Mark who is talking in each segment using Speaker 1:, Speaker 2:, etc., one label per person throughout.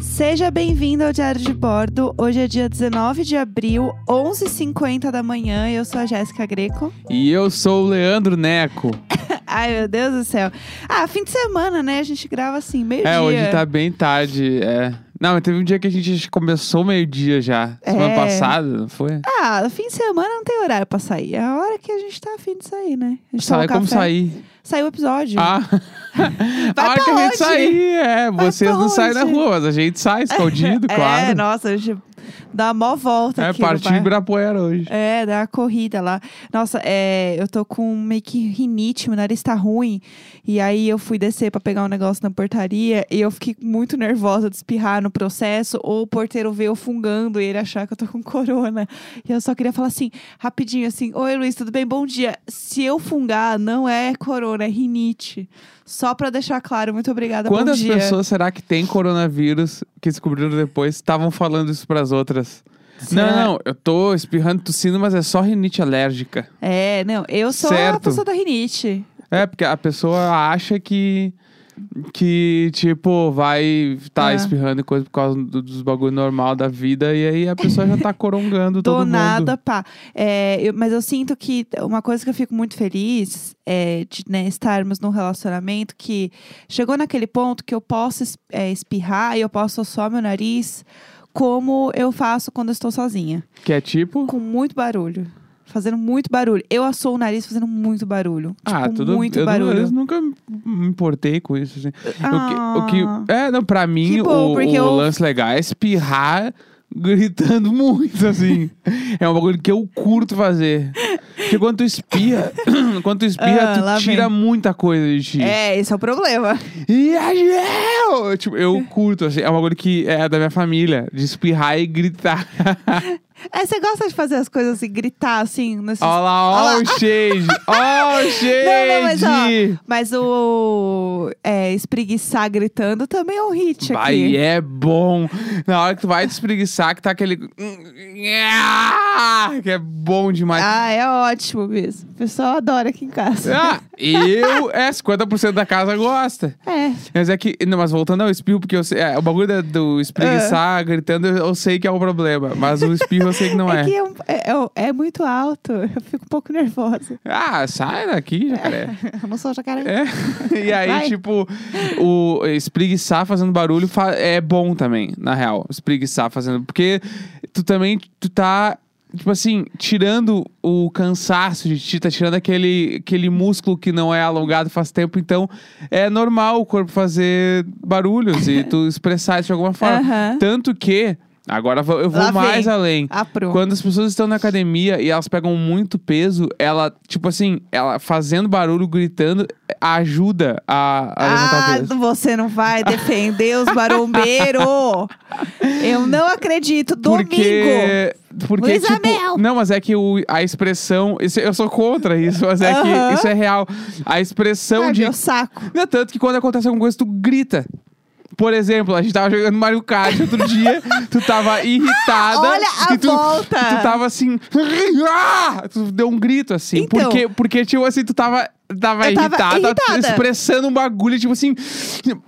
Speaker 1: Seja bem-vindo ao Diário de Bordo. Hoje é dia 19 de abril, 11h50 da manhã. Eu sou a Jéssica Greco.
Speaker 2: E eu sou o Leandro Neco.
Speaker 1: Ai, meu Deus do céu. Ah, fim de semana, né? A gente grava assim, meio-dia.
Speaker 2: É, hoje tá bem tarde. É. Não, mas teve um dia que a gente começou meio-dia já. Semana
Speaker 1: É.
Speaker 2: passada, não foi?
Speaker 1: Ah, fim de semana não tem horário pra sair. É a hora que a gente tá afim de sair, né? A gente
Speaker 2: Sabe
Speaker 1: toma um
Speaker 2: como
Speaker 1: café.
Speaker 2: sair?
Speaker 1: Saiu o episódio.
Speaker 2: Ah,
Speaker 1: pra
Speaker 2: a hora que a
Speaker 1: onde?
Speaker 2: gente sair, é.
Speaker 1: Vai
Speaker 2: Vocês
Speaker 1: pra
Speaker 2: não saem na
Speaker 1: onde?
Speaker 2: rua, mas a gente sai escondido,
Speaker 1: É,
Speaker 2: claro.
Speaker 1: nossa, a gente dá a mó volta
Speaker 2: é,
Speaker 1: aqui. no
Speaker 2: partiu
Speaker 1: bairro.
Speaker 2: em Ibirapuera hoje.
Speaker 1: É, da corrida lá. Nossa, é, eu tô com meio que rinite, meu nariz tá ruim. E aí eu fui descer pra pegar um negócio na portaria e eu fiquei muito nervosa de espirrar no processo ou o porteiro ver eu fungando e ele achar que eu tô com corona. E eu só queria falar assim, rapidinho assim: Oi Luiz, tudo bem? Bom dia. Se eu fungar, não é corona, é rinite. Só pra deixar claro, muito obrigada.
Speaker 2: Quantas
Speaker 1: É, bom dia.
Speaker 2: pessoas será que tem coronavírus que descobriram depois estavam falando isso pras outras?
Speaker 1: Será?
Speaker 2: Não, não, eu tô espirrando, tossindo, mas é só rinite alérgica.
Speaker 1: É, não, eu sou a
Speaker 2: Certo.
Speaker 1: pessoa da rinite.
Speaker 2: É, porque a pessoa acha que. Que, tipo, vai tá
Speaker 1: Ah.
Speaker 2: espirrando e coisa por causa do- dos bagulho normal da vida. E aí a pessoa já tá corongando todo
Speaker 1: do
Speaker 2: mundo.
Speaker 1: nada, pá. É, eu- mas eu sinto que uma coisa que eu fico muito feliz é de né, estarmos num relacionamento que chegou naquele ponto que eu posso es- é, espirrar e eu posso só meu nariz, como eu faço quando eu estou sozinha.
Speaker 2: Que é tipo.
Speaker 1: Com muito barulho. Fazendo muito barulho. Eu assou o nariz fazendo muito barulho.
Speaker 2: ah,
Speaker 1: tipo,
Speaker 2: tudo
Speaker 1: muito
Speaker 2: eu, nu-
Speaker 1: barulho.
Speaker 2: Eu nunca me- me importei com isso, assim. O, que,
Speaker 1: Ah.
Speaker 2: o que. É, não, pra mim,
Speaker 1: Que bom,
Speaker 2: o,
Speaker 1: porque
Speaker 2: o
Speaker 1: eu-
Speaker 2: lance legal é espirrar gritando muito, assim. é um bagulho que eu curto fazer. Porque quando tu espirra, quando tu espirra,
Speaker 1: Ah, lá
Speaker 2: tu tira muita coisa de ti.
Speaker 1: É, esse é o problema.
Speaker 2: E aí, eu, tipo, eu curto, assim, é um bagulho que é da minha família, de espirrar e gritar.
Speaker 1: É, você gosta de fazer as coisas assim, gritar assim, nesses
Speaker 2: Olha lá, olha o shade, olha o
Speaker 1: Não, não, mas
Speaker 2: shade.
Speaker 1: ó, mas o é, espreguiçar gritando também é um hit
Speaker 2: Vai,
Speaker 1: aqui.
Speaker 2: é bom. Na hora que tu vai despreguiçar, que tá aquele. Que é bom demais.
Speaker 1: Ah, é ótimo mesmo. O pessoal adora aqui em casa.
Speaker 2: Ah, eu. É, 50% da casa gosta.
Speaker 1: É.
Speaker 2: Mas é que. Não, mas voltando ao espirro, porque eu sei- é, o bagulho da- do espreguiçar, gritando, eu eu sei que é o problema. Mas o espirro eu sei que não
Speaker 1: Ah. É que é, um- é- é um- é muito alto. Eu fico um pouco nervosa.
Speaker 2: Ah, sai daqui, jacaré.
Speaker 1: Eu não sou jacaré.
Speaker 2: É. E aí,
Speaker 1: Vai.
Speaker 2: tipo, o espreguiçar fazendo barulho fa- é bom também, na real. Espreguiçar fazendo. Porque tu também, tu tá, tipo assim, tirando o cansaço de ti, tá tirando aquele, aquele músculo que não é alongado faz tempo. Então, é normal o corpo fazer barulhos e tu expressar isso de alguma forma.
Speaker 1: Aham.
Speaker 2: Tanto que, agora eu vou- eu vou
Speaker 1: Lá vem.
Speaker 2: mais além.
Speaker 1: Ah, pronto.
Speaker 2: Quando as pessoas estão na academia e elas pegam muito peso, ela, tipo assim, ela fazendo barulho, gritando, ajuda a, a levantar
Speaker 1: Ah,
Speaker 2: o peso.
Speaker 1: você não vai defender os barombeiros! Eu não acredito. Domingo!
Speaker 2: Porque, porque
Speaker 1: Luísa
Speaker 2: tipo,
Speaker 1: Mel.
Speaker 2: não, mas é que o, a expressão, isso- eu sou contra isso, mas é
Speaker 1: Aham.
Speaker 2: que isso é real. A expressão
Speaker 1: Ai,
Speaker 2: de
Speaker 1: meu saco.
Speaker 2: Não, É tanto que quando acontece alguma coisa, tu grita. Por exemplo, a gente tava jogando Mario Kart outro dia, tu tava irritada.
Speaker 1: Ah, olha a
Speaker 2: e tu,
Speaker 1: volta!
Speaker 2: e Tu tava assim. "Ah!" Tu deu um grito assim.
Speaker 1: Então.
Speaker 2: porque, porque, tipo assim, tu tava. Tava
Speaker 1: Eu tava
Speaker 2: irritada,
Speaker 1: irritada.
Speaker 2: expressando um bagulho, tipo assim,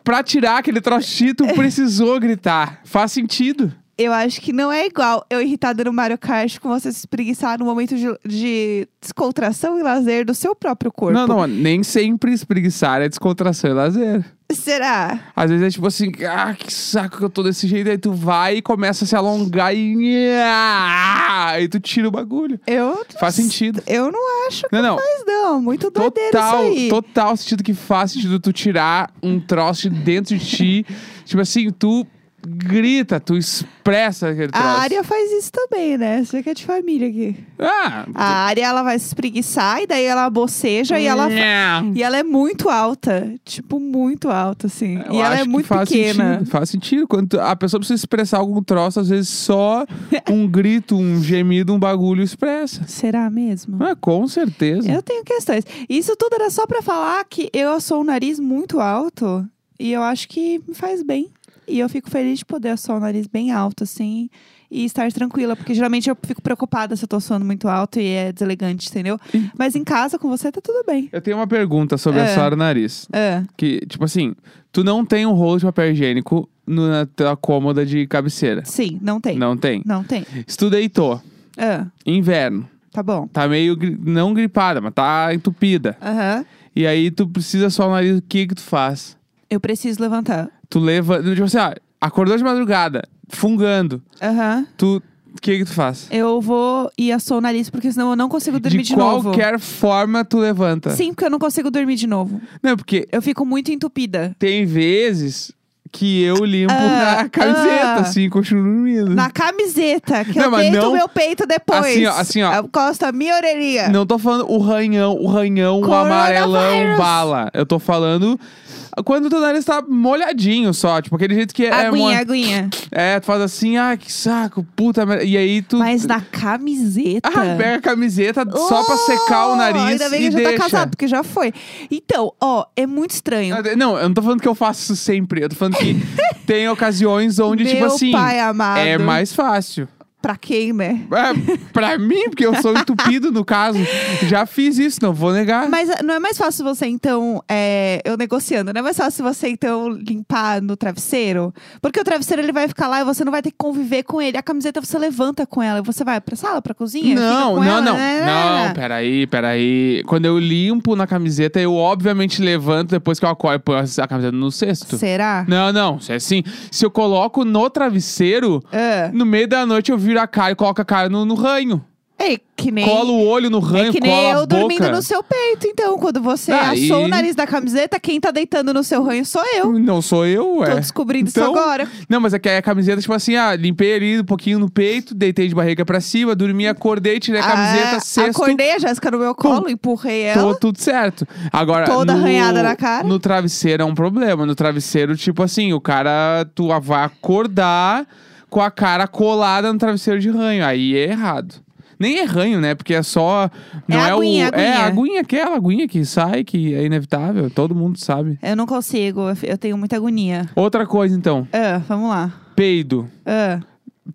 Speaker 2: pra tirar aquele trocinho, tu precisou gritar. Faz sentido.
Speaker 1: Eu acho que não é igual eu irritada no Mario Kart com você se espreguiçar no momento de, de descontração e lazer do seu próprio corpo.
Speaker 2: Não, não, nem sempre espreguiçar é descontração e lazer.
Speaker 1: Será?
Speaker 2: Às vezes é tipo assim, ah, que saco que eu tô desse jeito. Aí tu vai e começa a se alongar e. Ah, Aí tu tira o bagulho.
Speaker 1: Eu não
Speaker 2: Faz
Speaker 1: s-
Speaker 2: sentido.
Speaker 1: Eu não acho que
Speaker 2: Não, não.
Speaker 1: faz, não. Muito Tá doideiro
Speaker 2: Total,
Speaker 1: isso aí.
Speaker 2: total sentido que faz sentido tu tirar um troço de dentro de ti. tipo assim, tu grita, tu expressa aquele troço.
Speaker 1: A área faz isso também, né? Você que é de família aqui.
Speaker 2: Ah,
Speaker 1: A área, ela vai se espreguiçar e daí ela boceja e ela. fa-
Speaker 2: Nham.
Speaker 1: E ela é muito alta. Tipo, muito alta, assim.
Speaker 2: Eu
Speaker 1: e ela
Speaker 2: acho
Speaker 1: é
Speaker 2: que
Speaker 1: muito
Speaker 2: faz
Speaker 1: pequena.
Speaker 2: Sentido, faz sentido. Quando tu- a pessoa precisa expressar algum troço, às vezes só um grito, um gemido, um bagulho expressa.
Speaker 1: Será mesmo?
Speaker 2: Ah, com certeza.
Speaker 1: Eu tenho questões. Isso tudo era só pra falar que eu sou um nariz muito alto e eu acho que me faz bem. E eu fico feliz de poder assoar o nariz bem alto, assim, e estar tranquila. Porque geralmente eu fico preocupada se eu tô soando muito alto e é deselegante, entendeu? Mas em casa, com você, tá tudo bem.
Speaker 2: Eu tenho uma pergunta sobre
Speaker 1: É.
Speaker 2: assoar o nariz.
Speaker 1: É.
Speaker 2: Que, tipo assim, tu não tem um rolo de papel higiênico no- na tua cômoda de cabeceira.
Speaker 1: Sim, não tem.
Speaker 2: Não tem.
Speaker 1: Não tem.
Speaker 2: Estudei tô.
Speaker 1: Ah,
Speaker 2: Inverno.
Speaker 1: tá bom.
Speaker 2: Tá meio, gri- não gripada, mas tá entupida.
Speaker 1: Aham.
Speaker 2: E aí tu precisa só o nariz, o que que tu faz?
Speaker 1: Eu preciso levantar.
Speaker 2: Tu leva, tipo assim, ah, acordou de madrugada, fungando.
Speaker 1: Aham.
Speaker 2: Tu, o que que tu faz?
Speaker 1: Eu vou e assou o nariz, porque senão eu não consigo dormir de,
Speaker 2: de qualquer forma tu levanta.
Speaker 1: novo. Sim, porque eu não consigo dormir de novo.
Speaker 2: Não, porque
Speaker 1: Eu fico muito entupida.
Speaker 2: tem vezes que eu limpo
Speaker 1: Ah,
Speaker 2: na camiseta,
Speaker 1: ah.
Speaker 2: assim, e continuo dormindo.
Speaker 1: Na camiseta, que
Speaker 2: Não,
Speaker 1: eu
Speaker 2: mas
Speaker 1: deito
Speaker 2: não-
Speaker 1: o meu peito depois.
Speaker 2: Assim, ó, assim, ó.
Speaker 1: Eu costo a minha orelhinha.
Speaker 2: Não tô falando o ranhão, o ranhão, o amarelão,
Speaker 1: Coronavírus.
Speaker 2: bala. Eu tô falando quando o teu nariz tá molhadinho só, tipo aquele jeito que é... é,
Speaker 1: aguinha,
Speaker 2: mo-
Speaker 1: aguinha.
Speaker 2: é, tu faz assim, ah, que saco, puta merda. E aí tu...
Speaker 1: Mas na camiseta.
Speaker 2: Ah, pega a camiseta só pra
Speaker 1: Oh!
Speaker 2: secar o nariz
Speaker 1: Ainda bem que
Speaker 2: e
Speaker 1: já
Speaker 2: deixa.
Speaker 1: tá casado, porque já foi. Então, ó, é muito estranho.
Speaker 2: Ah, Não, eu não tô falando que eu faço isso sempre. Eu tô falando que tem ocasiões onde,
Speaker 1: Meu
Speaker 2: tipo assim,
Speaker 1: pai amado.
Speaker 2: é mais fácil.
Speaker 1: Pra quem, né?
Speaker 2: É, pra mim, porque eu sou entupido no caso, já fiz isso, não vou negar.
Speaker 1: Mas ah, não é mais fácil você, então, é, eu negociando, não é mais fácil você, então, limpar no travesseiro? Porque o travesseiro ele vai ficar lá e você não vai ter que conviver com ele. A camiseta você levanta com ela. Você vai pra sala, pra cozinha? fica com
Speaker 2: Não, não,
Speaker 1: ela,
Speaker 2: não.
Speaker 1: né?
Speaker 2: Não, peraí, peraí. Quando eu limpo na camiseta, eu obviamente levanto depois que eu acordo e ponho a camiseta no cesto.
Speaker 1: Será?
Speaker 2: Não, não. Se é assim, se eu coloco no travesseiro,
Speaker 1: Ah,
Speaker 2: no meio da noite eu viro a cara e coloco a cara no, no ranho.
Speaker 1: é que nem.
Speaker 2: Colo o olho no ranho,
Speaker 1: é que
Speaker 2: colo
Speaker 1: nem
Speaker 2: a
Speaker 1: eu dormindo
Speaker 2: boca.
Speaker 1: no seu peito, então. Quando você
Speaker 2: Ah,
Speaker 1: assou
Speaker 2: e-
Speaker 1: o nariz da camiseta, quem tá deitando no seu ranho sou eu.
Speaker 2: Não sou eu, ué.
Speaker 1: Tô descobrindo
Speaker 2: Então,
Speaker 1: isso agora.
Speaker 2: Não, mas é que a camiseta, tipo assim, ah, limpei ali um pouquinho no peito, deitei de barriga pra cima, dormi, acordei, tirei a camiseta,
Speaker 1: Ah,
Speaker 2: sexto,
Speaker 1: Acordei a Jéssica no meu colo, empurrei ela.
Speaker 2: tô tudo certo. Agora,
Speaker 1: Toda
Speaker 2: no,
Speaker 1: arranhada na cara.
Speaker 2: No travesseiro é um problema. No travesseiro, tipo assim, o cara, tu vai acordar com a cara colada no travesseiro de ranho. Aí é errado. Nem é ranho, né? Porque é só. Não é,
Speaker 1: aguinha,
Speaker 2: o. É a
Speaker 1: aguinha.
Speaker 2: aguinha aquela, aguinha que sai, que é inevitável, todo mundo sabe.
Speaker 1: Eu não consigo, eu f- eu tenho muita agonia.
Speaker 2: Outra coisa, então,
Speaker 1: Ah, vamos lá.
Speaker 2: peido.
Speaker 1: Ah,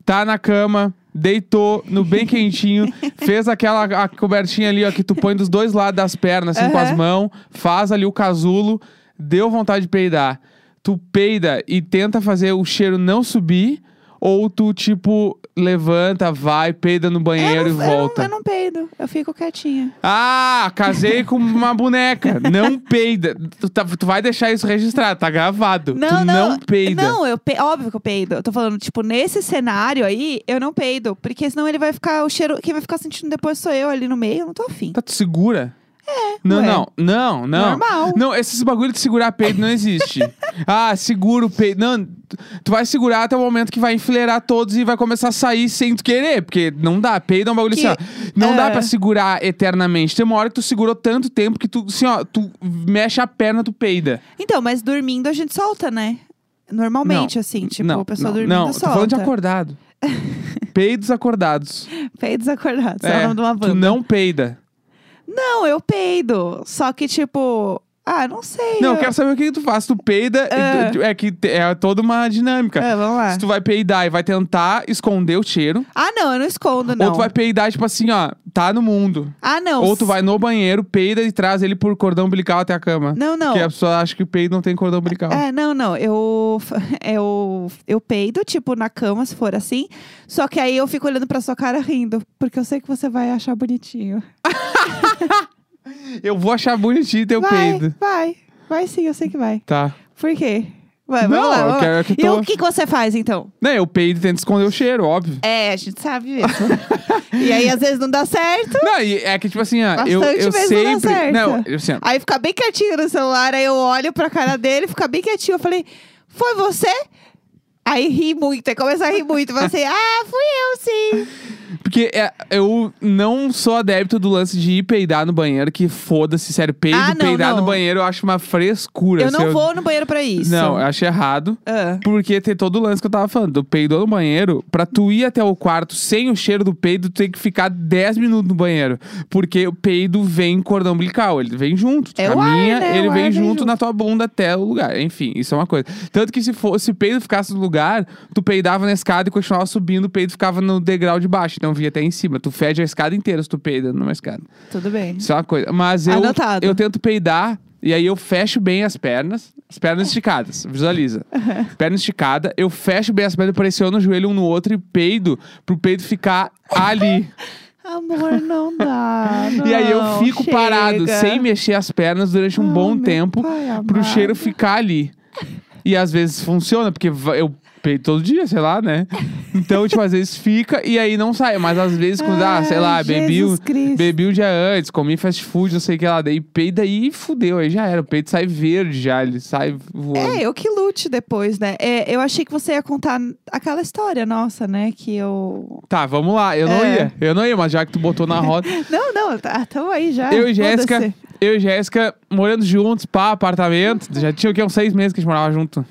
Speaker 2: tá na cama, deitou no bem quentinho, fez aquela a cobertinha ali, ó, que tu põe dos dois lados das pernas, assim, com
Speaker 1: Aham.
Speaker 2: as mãos, faz ali o casulo, deu vontade de peidar. Tu peida e tenta fazer o cheiro não subir, ou tu, tipo, levanta, vai, peida no banheiro e
Speaker 1: eu, não-
Speaker 2: volta.
Speaker 1: Eu não, peido, eu fico quietinha.
Speaker 2: Ah, casei com uma boneca. Não peida. Tu, tá- tu vai deixar isso registrado, tá gravado. tu não, peida.
Speaker 1: Não, eu pe... óbvio que eu peido. Eu tô falando, tipo, nesse cenário aí, eu não peido. Porque senão ele vai ficar, o cheiro, quem vai ficar sentindo depois sou eu ali no meio, eu não tô afim.
Speaker 2: Tá, tu segura? É. Não,
Speaker 1: ué.
Speaker 2: não, não, não.
Speaker 1: Normal.
Speaker 2: Não, esses bagulho de segurar peito não existe. ah, segura o peito. Não, tu- tu vai segurar até o momento que vai enfileirar todos e vai começar a sair sem tu querer, porque não dá. Peido é um bagulho
Speaker 1: Que-
Speaker 2: assim, ó. Não dá
Speaker 1: é.
Speaker 2: pra segurar eternamente. Tem uma hora que tu segurou tanto tempo que tu, assim, ó, tu mexe a perna, tu peida.
Speaker 1: Então, mas dormindo a gente solta, né? Normalmente, assim, tipo,
Speaker 2: não,
Speaker 1: a pessoa
Speaker 2: não,
Speaker 1: dormindo
Speaker 2: Não, tô
Speaker 1: solta.
Speaker 2: falando de acordado. Peidos acordados.
Speaker 1: Peidos acordados, é, o
Speaker 2: É,
Speaker 1: nome de uma banda.
Speaker 2: tu não peida.
Speaker 1: Não, eu peido. Só que, tipo, ah, não sei.
Speaker 2: Não, eu
Speaker 1: eu...
Speaker 2: quero saber o que que tu faz. Tu peida. e tu- É, que te- é toda uma dinâmica.
Speaker 1: Ah, vamos lá.
Speaker 2: Se tu vai peidar e vai tentar esconder o cheiro.
Speaker 1: Ah, não, eu não escondo, não.
Speaker 2: Ou tu vai peidar, tipo assim, ó, tá no mundo.
Speaker 1: Ah, não.
Speaker 2: Ou tu vai no banheiro, peida e traz ele por cordão umbilical até a cama.
Speaker 1: Não, não.
Speaker 2: Porque a pessoa acha que o peido não tem cordão umbilical.
Speaker 1: É, não, não. Eu, eu, eu peido, tipo, na cama, se for assim. Só que aí eu fico olhando pra sua cara rindo. Porque eu sei que você vai achar bonitinho.
Speaker 2: Eu vou achar bonitinho teu
Speaker 1: vai,
Speaker 2: peido.
Speaker 1: vai. Vai sim, eu sei que vai.
Speaker 2: Tá.
Speaker 1: Por quê? Vai,
Speaker 2: Não,
Speaker 1: vamos lá,
Speaker 2: eu
Speaker 1: vamos lá.
Speaker 2: quero que
Speaker 1: E
Speaker 2: tô-
Speaker 1: o que que você faz, então?
Speaker 2: Né, eu peido e tento esconder o cheiro, óbvio.
Speaker 1: É, a gente sabe mesmo. e aí, às vezes, não dá certo.
Speaker 2: Não, e é que, tipo assim, ó, eu,
Speaker 1: Bastante
Speaker 2: eu
Speaker 1: vezes não dá
Speaker 2: sempre.
Speaker 1: certo.
Speaker 2: Não, eu assim, ó,
Speaker 1: Aí fica bem quietinho no celular, aí eu olho pra cara dele, fica bem quietinho. Eu falei, foi você? Aí ri muito, aí começa a rir muito. Vai ser, ah, fui eu sim.
Speaker 2: Porque é, eu não sou adepto do lance de ir peidar no banheiro, que foda-se, sério. Peido,
Speaker 1: Ah, não,
Speaker 2: peidar no
Speaker 1: não.
Speaker 2: banheiro, eu acho uma frescura.
Speaker 1: Eu
Speaker 2: assim,
Speaker 1: não vou no banheiro pra isso.
Speaker 2: Não, eu acho errado.
Speaker 1: Ah.
Speaker 2: Porque tem todo o lance que eu tava falando. Do peido no banheiro, pra tu ir até o quarto sem o cheiro do peido, tu tem que ficar 10 minutos no banheiro. Porque o peido vem cordão umbilical, ele vem junto. Tu
Speaker 1: É o ar,
Speaker 2: caminha,
Speaker 1: né?
Speaker 2: ele
Speaker 1: O ar
Speaker 2: vem
Speaker 1: vem
Speaker 2: junto,
Speaker 1: junto.
Speaker 2: na tua bunda até o lugar. Enfim, isso é uma coisa. Tanto que se, for, se o peido ficasse no lugar, tu peidava na escada e continuava subindo, o peido ficava no degrau de baixo. Então vinha até em cima. Tu fede a escada inteira se tu peida numa escada.
Speaker 1: Tudo bem.
Speaker 2: Isso é uma coisa. Mas eu,
Speaker 1: Anotado.
Speaker 2: eu tento peidar e aí eu fecho bem as pernas. As pernas esticadas, visualiza. Perna esticada, eu fecho bem as pernas, pressiono o joelho um no outro e peido pro peito ficar ali.
Speaker 1: Amor, não dá.
Speaker 2: e aí eu
Speaker 1: não,
Speaker 2: fico
Speaker 1: chega.
Speaker 2: parado, sem mexer as pernas durante um
Speaker 1: Ah,
Speaker 2: bom
Speaker 1: meu
Speaker 2: tempo,
Speaker 1: pai
Speaker 2: pro
Speaker 1: amado.
Speaker 2: cheiro ficar ali. E às vezes funciona, porque va- eu peido todo dia, sei lá, né? Então, tipo, às vezes fica e aí não sai. Mas às vezes quando, ah, sei lá,
Speaker 1: Ai,
Speaker 2: bebi um,
Speaker 1: Jesus Cristo.
Speaker 2: Bebi o dia antes, comi fast food, não sei o que lá. Daí peida e fudeu, aí já era. O peito sai verde já, ele sai voando.
Speaker 1: É, eu que lute depois, né? É, eu achei que você ia contar aquela história nossa, né? Que eu.
Speaker 2: Tá, vamos lá. Eu não
Speaker 1: É.
Speaker 2: ia, eu não ia, mas já que tu botou na roda.
Speaker 1: Não, não, tá, tamo aí já.
Speaker 2: eu
Speaker 1: Foda-se.
Speaker 2: e Jéssica, eu e Jéssica morando juntos, pá, apartamento. Já tinha o quê? Uns seis meses que a gente morava junto.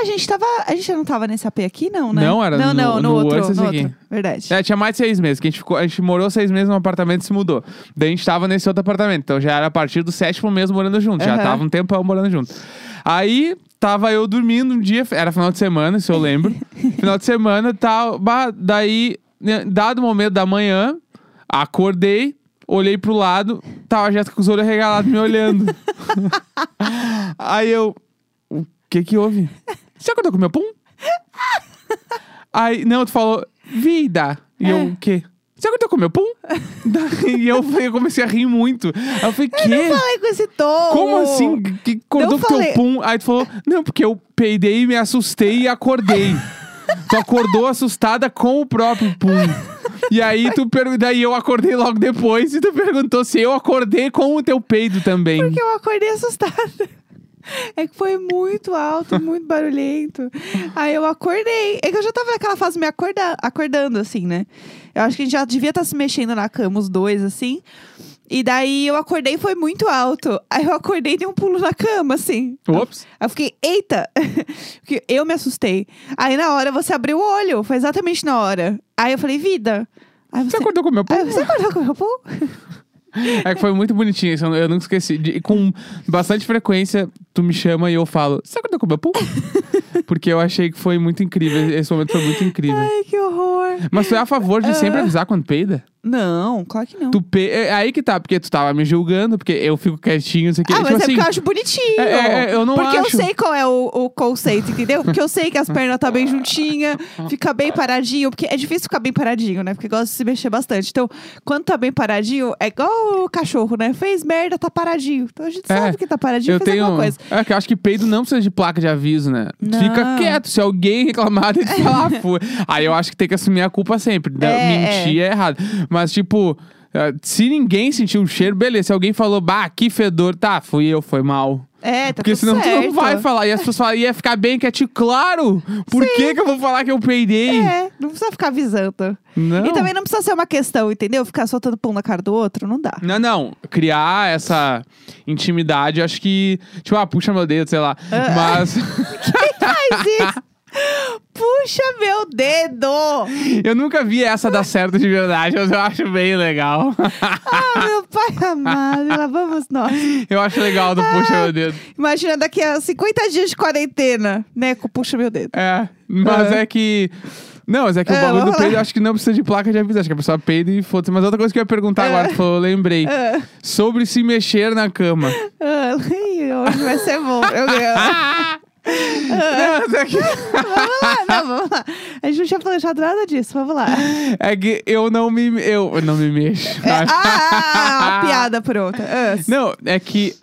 Speaker 1: A gente tava. A gente não tava nesse AP aqui, não, né?
Speaker 2: Não, era
Speaker 1: não,
Speaker 2: no-
Speaker 1: não, no,
Speaker 2: no
Speaker 1: outro.
Speaker 2: antes
Speaker 1: no
Speaker 2: aqui.
Speaker 1: outro. Verdade.
Speaker 2: É, tinha mais de seis meses, que a gente, ficou, a gente morou seis meses num apartamento e se mudou. Daí a gente tava nesse outro apartamento. Então já era a partir do sétimo mês morando junto. Já
Speaker 1: Aham.
Speaker 2: tava um tempão morando junto. Aí tava eu dormindo um dia, era final de semana, se eu lembro. final de semana tal. bah, daí, né, dado o momento da manhã, acordei, olhei pro lado, tava a Jéssica com os olhos regalados me olhando. Aí eu. O que que houve? Você acordou com meu pum? Aí, não, tu falou, vida. E eu, o quê? Você acordou com meu pum? Daí e eu, eu comecei a rir muito. Aí eu falei, quê?
Speaker 1: Eu falei com esse tom.
Speaker 2: Como assim? Que acordou
Speaker 1: Eu
Speaker 2: com teu
Speaker 1: falei-
Speaker 2: pum? Aí tu falou, não, porque eu peidei, me assustei e acordei. tu acordou assustada com o próprio pum. E aí tu per... daí eu acordei logo depois e tu perguntou se eu acordei com o teu peido também.
Speaker 1: Porque eu acordei assustada. É que foi muito alto, muito barulhento. Aí eu acordei. É que eu já tava naquela fase me acorda acordando, assim, né? Eu acho que a gente já devia estar se mexendo na cama, os dois, assim. E daí eu acordei e foi muito alto. Aí eu acordei e dei um pulo na cama, assim.
Speaker 2: Ops.
Speaker 1: Aí eu fiquei, eita! Porque eu me assustei. Aí na hora você abriu o olho, foi exatamente na hora. Aí eu falei, vida. Aí
Speaker 2: Você
Speaker 1: você,
Speaker 2: acordou com meu pum?
Speaker 1: Aí você acordou com o meu pulo?
Speaker 2: É que foi muito bonitinho isso, eu eu nunca esqueci. De- e com bastante frequência, tu me chama e eu falo, você acordou com meu pum? Porque eu achei que foi muito incrível, esse momento foi muito incrível.
Speaker 1: Ai, que horror.
Speaker 2: Mas tu é a favor de sempre avisar quando peida?
Speaker 1: Não, claro que não.
Speaker 2: Tu pe... é Aí que tá, porque tu tava me julgando, porque eu fico quietinho, não sei o que.
Speaker 1: Ah,
Speaker 2: tipo
Speaker 1: mas é
Speaker 2: assim,
Speaker 1: porque eu acho bonitinho.
Speaker 2: É, é, é, eu não
Speaker 1: porque
Speaker 2: acho.
Speaker 1: eu sei qual é o, o conceito, entendeu? Porque eu sei que as pernas tá bem juntinhas, fica bem paradinho. Porque é difícil ficar bem paradinho, né? Porque gosta de se mexer bastante. Então, quando tá bem paradinho, é igual o cachorro, né? Fez merda, tá paradinho. Então a gente
Speaker 2: É,
Speaker 1: sabe que tá paradinho,
Speaker 2: eu
Speaker 1: fez
Speaker 2: tenho.
Speaker 1: alguma coisa.
Speaker 2: É que eu acho que peido não precisa de placa de aviso, né? Tu
Speaker 1: Não.
Speaker 2: Fica quieto. Se alguém reclamar, tem que falar. "Ah, "Fu-". Aí eu acho que tem que assumir a culpa sempre. Não,
Speaker 1: É,
Speaker 2: Mentir é. errado. Mas, tipo, eh, se ninguém sentiu o cheiro, beleza. Se alguém falou, bah, que fedor, tá, fui eu, foi mal.
Speaker 1: É, tá
Speaker 2: Porque
Speaker 1: tudo
Speaker 2: senão
Speaker 1: certo.
Speaker 2: tu não vai falar. E as pessoas falam, ia ficar bem quietinho. Claro! Por que, que eu vou falar que eu peidei?
Speaker 1: É, não precisa ficar avisando.
Speaker 2: Não.
Speaker 1: E também não precisa ser uma questão, entendeu? Ficar soltando pão na cara do outro, não dá.
Speaker 2: Não, não. Criar essa intimidade, acho que. Tipo, ah, puxa meu dedo, sei lá.
Speaker 1: Ah,
Speaker 2: Mas
Speaker 1: Faz isso! Puxa meu dedo!
Speaker 2: eu nunca vi essa dar certo de verdade, mas eu acho bem legal.
Speaker 1: Ah, meu pai amado, lá vamos nós.
Speaker 2: eu acho legal do puxa meu dedo.
Speaker 1: Imagina daqui a 50 dias de quarentena, né? Com puxa meu dedo.
Speaker 2: É. Mas
Speaker 1: É.
Speaker 2: é que. Não, mas é que
Speaker 1: É,
Speaker 2: o bagulho
Speaker 1: vamos
Speaker 2: do
Speaker 1: lá.
Speaker 2: peido, eu acho que não precisa de placa de aviso. Acho que a pessoa peida e foda-se. Mas outra coisa que eu ia perguntar
Speaker 1: É.
Speaker 2: agora, tu falou, eu lembrei.
Speaker 1: Ah,
Speaker 2: Sobre se mexer na cama.
Speaker 1: ah, ih, hoje vai ser bom. Meu Deus.
Speaker 2: Não, mas é que.
Speaker 1: Vamos lá, não, vamos lá. A gente não tinha planejado nada disso, vamos lá.
Speaker 2: É que eu não me. Eu eu não me mexo.
Speaker 1: É, ah, ah, ah, piada pronta. Ah,
Speaker 2: Não, é que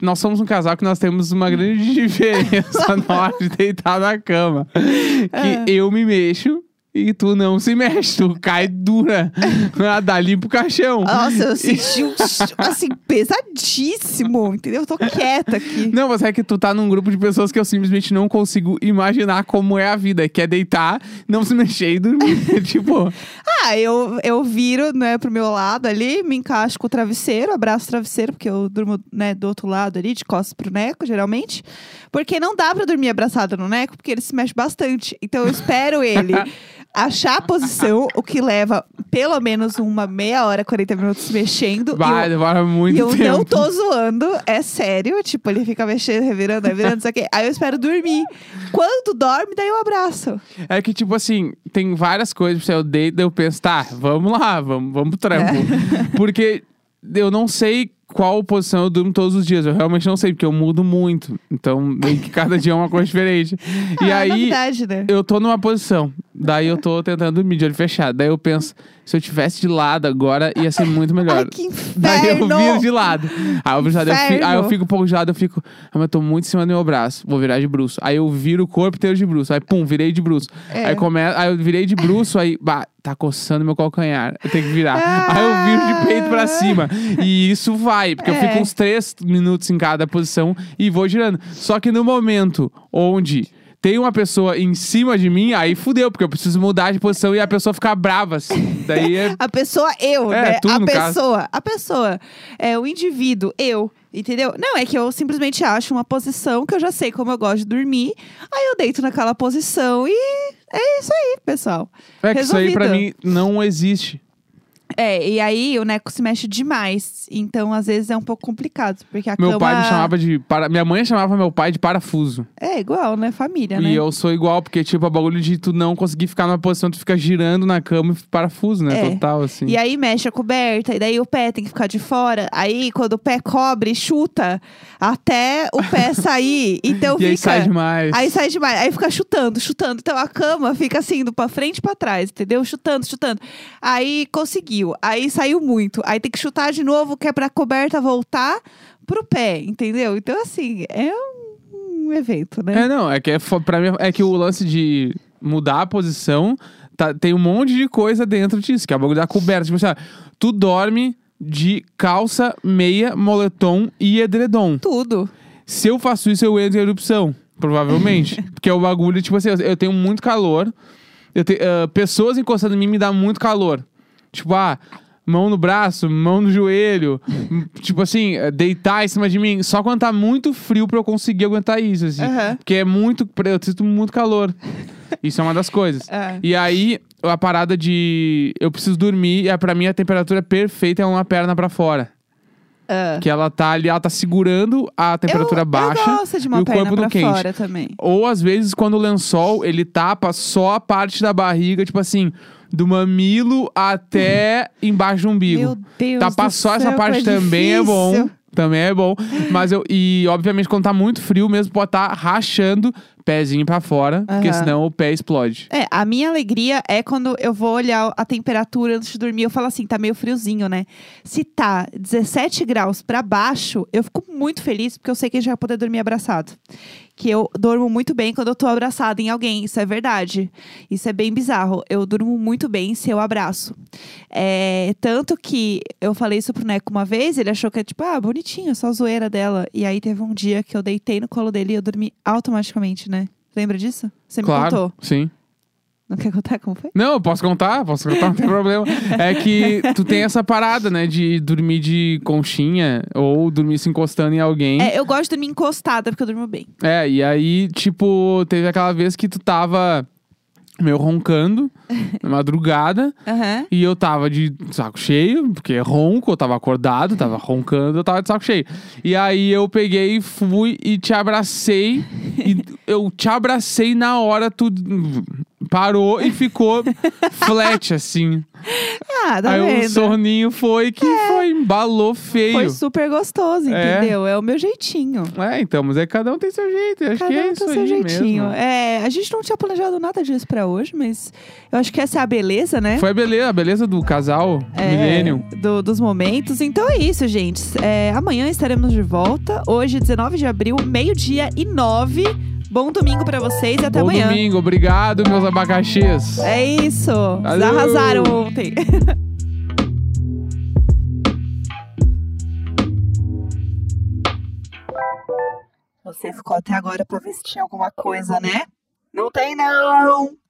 Speaker 2: nós somos um casal que nós temos uma
Speaker 1: Hum.
Speaker 2: grande diferença na hora de deitar na cama.
Speaker 1: É.
Speaker 2: Que eu me mexo e tu não se mexe, tu cai dura. Ah, Dali pro caixão.
Speaker 1: Nossa, eu senti um, assim, pesadíssimo, entendeu? Eu tô quieta aqui.
Speaker 2: Não, mas é que tu tá num grupo de pessoas que eu simplesmente não consigo imaginar como é a vida, que é deitar, não se mexer e dormir. tipo,
Speaker 1: Ah, eu, eu viro, né, pro meu lado ali, me encaixo com o travesseiro, abraço o travesseiro, porque eu durmo, né, do outro lado ali, de costas pro neco, geralmente. Porque não dá pra dormir abraçada no neco, porque ele se mexe bastante. Então eu espero ele achar a posição, o que leva pelo menos uma meia hora, 40 minutos se mexendo.
Speaker 2: vai,
Speaker 1: e eu-
Speaker 2: demora muito
Speaker 1: e eu
Speaker 2: tempo.
Speaker 1: não tô zoando, é sério. Tipo, ele fica mexendo, revirando, revirando, isso aqui. Aí eu espero dormir. Quando dorme, daí eu abraço.
Speaker 2: É que, tipo assim, tem várias coisas. Eu
Speaker 1: É.
Speaker 2: deito, eu penso, tá, vamos lá, vamos, vamos pro trampo. Porque eu não sei qual posição eu durmo todos os dias. Eu realmente não sei, porque eu mudo muito. Então, meio que cada dia é uma coisa diferente. E
Speaker 1: Ah, é
Speaker 2: aí,
Speaker 1: novidade, né?
Speaker 2: eu tô numa posição. Daí eu tô tentando dormir de olho fechado. Daí eu penso, se eu tivesse de lado agora, ia ser muito melhor.
Speaker 1: Ai, que
Speaker 2: Daí eu
Speaker 1: inferno!
Speaker 2: viro de lado. Aí eu, viro de lado, eu fi- aí eu fico,
Speaker 1: Inferno.
Speaker 2: um pouco de lado, eu fico. Ah, mas eu tô muito em cima do meu braço. Vou virar de bruxo. Aí eu viro o corpo inteiro de bruxo. Aí, pum, virei de bruxo.
Speaker 1: É.
Speaker 2: Aí, come... aí eu virei de bruxo, aí, bah, tá coçando meu calcanhar. Eu tenho que virar. Aí eu viro de peito pra cima. E isso vai, porque eu
Speaker 1: É.
Speaker 2: fico uns três minutos em cada posição e vou girando. Só que no momento onde. Tem uma pessoa em cima de mim, aí fudeu, porque eu preciso mudar de posição e a pessoa ficar brava, assim. Daí é
Speaker 1: A pessoa, eu,
Speaker 2: É,
Speaker 1: né?
Speaker 2: tu,
Speaker 1: a
Speaker 2: no caso.
Speaker 1: pessoa, a pessoa. É o indivíduo, eu. Entendeu? Não, é que eu simplesmente acho uma posição que eu já sei como eu gosto de dormir. Aí eu deito naquela posição e é isso aí, pessoal.
Speaker 2: É que isso aí pra
Speaker 1: Resolvido.
Speaker 2: mim não existe.
Speaker 1: É, e aí o Neco se mexe demais. Então, às vezes, é um pouco complicado. Porque a
Speaker 2: Meu
Speaker 1: cama...
Speaker 2: pai me chamava de. Para... Minha mãe chamava meu pai de parafuso.
Speaker 1: É igual, né? Família, né?
Speaker 2: E eu sou igual, porque, tipo, é bagulho de tu não conseguir ficar numa posição, tu fica girando na cama e parafuso, né?
Speaker 1: É.
Speaker 2: Total, assim.
Speaker 1: E aí mexe a coberta, e daí o pé tem que ficar de fora. Aí, quando o pé cobre, chuta até o pé sair. Então
Speaker 2: E
Speaker 1: fica.
Speaker 2: aí sai demais.
Speaker 1: Aí sai demais. Aí fica chutando, chutando. Então a cama fica assim, indo pra frente e pra trás, entendeu? Chutando, chutando. Aí conseguiu. Aí saiu muito. Aí tem que chutar de novo, que é pra coberta voltar pro pé, entendeu? Então, assim, é um, um evento, né?
Speaker 2: É, não, é que é, fo- pra mim, é que o lance de mudar a posição tá- tem um monte de coisa dentro disso, que é o bagulho da coberta. Tipo assim, ah, tu dorme de calça, meia, moletom e edredom.
Speaker 1: Tudo.
Speaker 2: Se eu faço isso, eu entro em erupção. Provavelmente. Porque é o bagulho, tipo assim, eu- eu tenho muito calor. Eu te- ah, pessoas encostando em mim me dá muito calor. Tipo, ah, mão no braço, mão no joelho. m- tipo assim, eh, deitar em cima de mim. Só quando tá muito frio pra eu conseguir aguentar isso, assim.
Speaker 1: Aham.
Speaker 2: Porque é muito. Eu sinto muito calor. Isso é uma das coisas.
Speaker 1: É.
Speaker 2: E aí, a parada de. Eu preciso dormir, e a- pra mim a temperatura perfeita é uma perna pra fora.
Speaker 1: Ah.
Speaker 2: Que ela tá ali, ela tá segurando a temperatura
Speaker 1: eu,
Speaker 2: baixa
Speaker 1: Eu gosto de uma
Speaker 2: e o
Speaker 1: perna
Speaker 2: corpo
Speaker 1: pra
Speaker 2: no quente.
Speaker 1: fora também.
Speaker 2: Ou às vezes quando o lençol, ele tapa só a parte da barriga, tipo assim, do mamilo até embaixo do umbigo.
Speaker 1: Meu Deus
Speaker 2: Tapar
Speaker 1: do
Speaker 2: só
Speaker 1: céu,
Speaker 2: tá essa parte
Speaker 1: que é
Speaker 2: também é bom.
Speaker 1: difícil.
Speaker 2: Também é bom. Mas eu. E, obviamente, quando tá muito frio mesmo, pode estar rachando pezinho pra fora, porque
Speaker 1: Aham.
Speaker 2: senão o pé explode.
Speaker 1: É, a minha alegria é quando eu vou olhar a temperatura antes de dormir. Eu falo assim, tá meio friozinho, né? Se tá 17 graus pra baixo, eu fico muito feliz porque eu sei que eu já vou poder dormir abraçado. Que eu durmo muito bem quando eu tô abraçada em alguém. Isso é verdade. Isso é bem bizarro. Eu durmo muito bem se eu abraço. É, tanto que eu falei isso pro Neco uma vez, ele achou que é tipo, ah, bonitinho, só zoeira dela. E aí teve um dia que eu deitei no colo dele e eu dormi automaticamente, né? Lembra disso? Você me
Speaker 2: claro.
Speaker 1: contou.
Speaker 2: Sim.
Speaker 1: Não quer contar como foi?
Speaker 2: Não, eu posso contar, posso contar, não tem problema. É que tu tem essa parada, né, de dormir de conchinha ou dormir se encostando em alguém.
Speaker 1: É, eu gosto de dormir encostada, porque eu durmo bem.
Speaker 2: É, e aí, tipo, teve aquela vez que tu tava meio roncando, na madrugada,
Speaker 1: Aham.
Speaker 2: e eu tava de saco cheio, porque é ronco, eu tava acordado, tava
Speaker 1: Uhum.
Speaker 2: roncando, eu tava de saco cheio. E aí eu peguei, fui e te abracei, e eu te abracei na hora, tu parou e ficou flat, assim.
Speaker 1: Ah, tá
Speaker 2: aí
Speaker 1: vendo? É.
Speaker 2: o sorninho foi que foi, embalou feio.
Speaker 1: Foi super gostoso,
Speaker 2: É.
Speaker 1: entendeu? É, o meu jeitinho.
Speaker 2: É, então, mas é que cada um tem seu jeito. eu Acho que
Speaker 1: Cada
Speaker 2: é
Speaker 1: um
Speaker 2: isso
Speaker 1: tem o seu
Speaker 2: aí
Speaker 1: jeitinho.
Speaker 2: mesmo.
Speaker 1: É, a gente não tinha planejado nada disso pra hoje, mas eu acho que essa é a beleza, né?
Speaker 2: Foi a beleza, a beleza do casal
Speaker 1: É,
Speaker 2: Millennium.
Speaker 1: do- dos momentos. Então é isso, gente. É, amanhã estaremos de volta. Hoje, 19 de abril, meio-dia e nove. Bom domingo pra vocês e até
Speaker 2: Bom
Speaker 1: amanhã.
Speaker 2: domingo, obrigado, meus abacaxis.
Speaker 1: É isso. Vocês
Speaker 2: Valeu.
Speaker 1: Arrasaram ontem. Você ficou até agora pra vestir alguma coisa, né? Não tem não!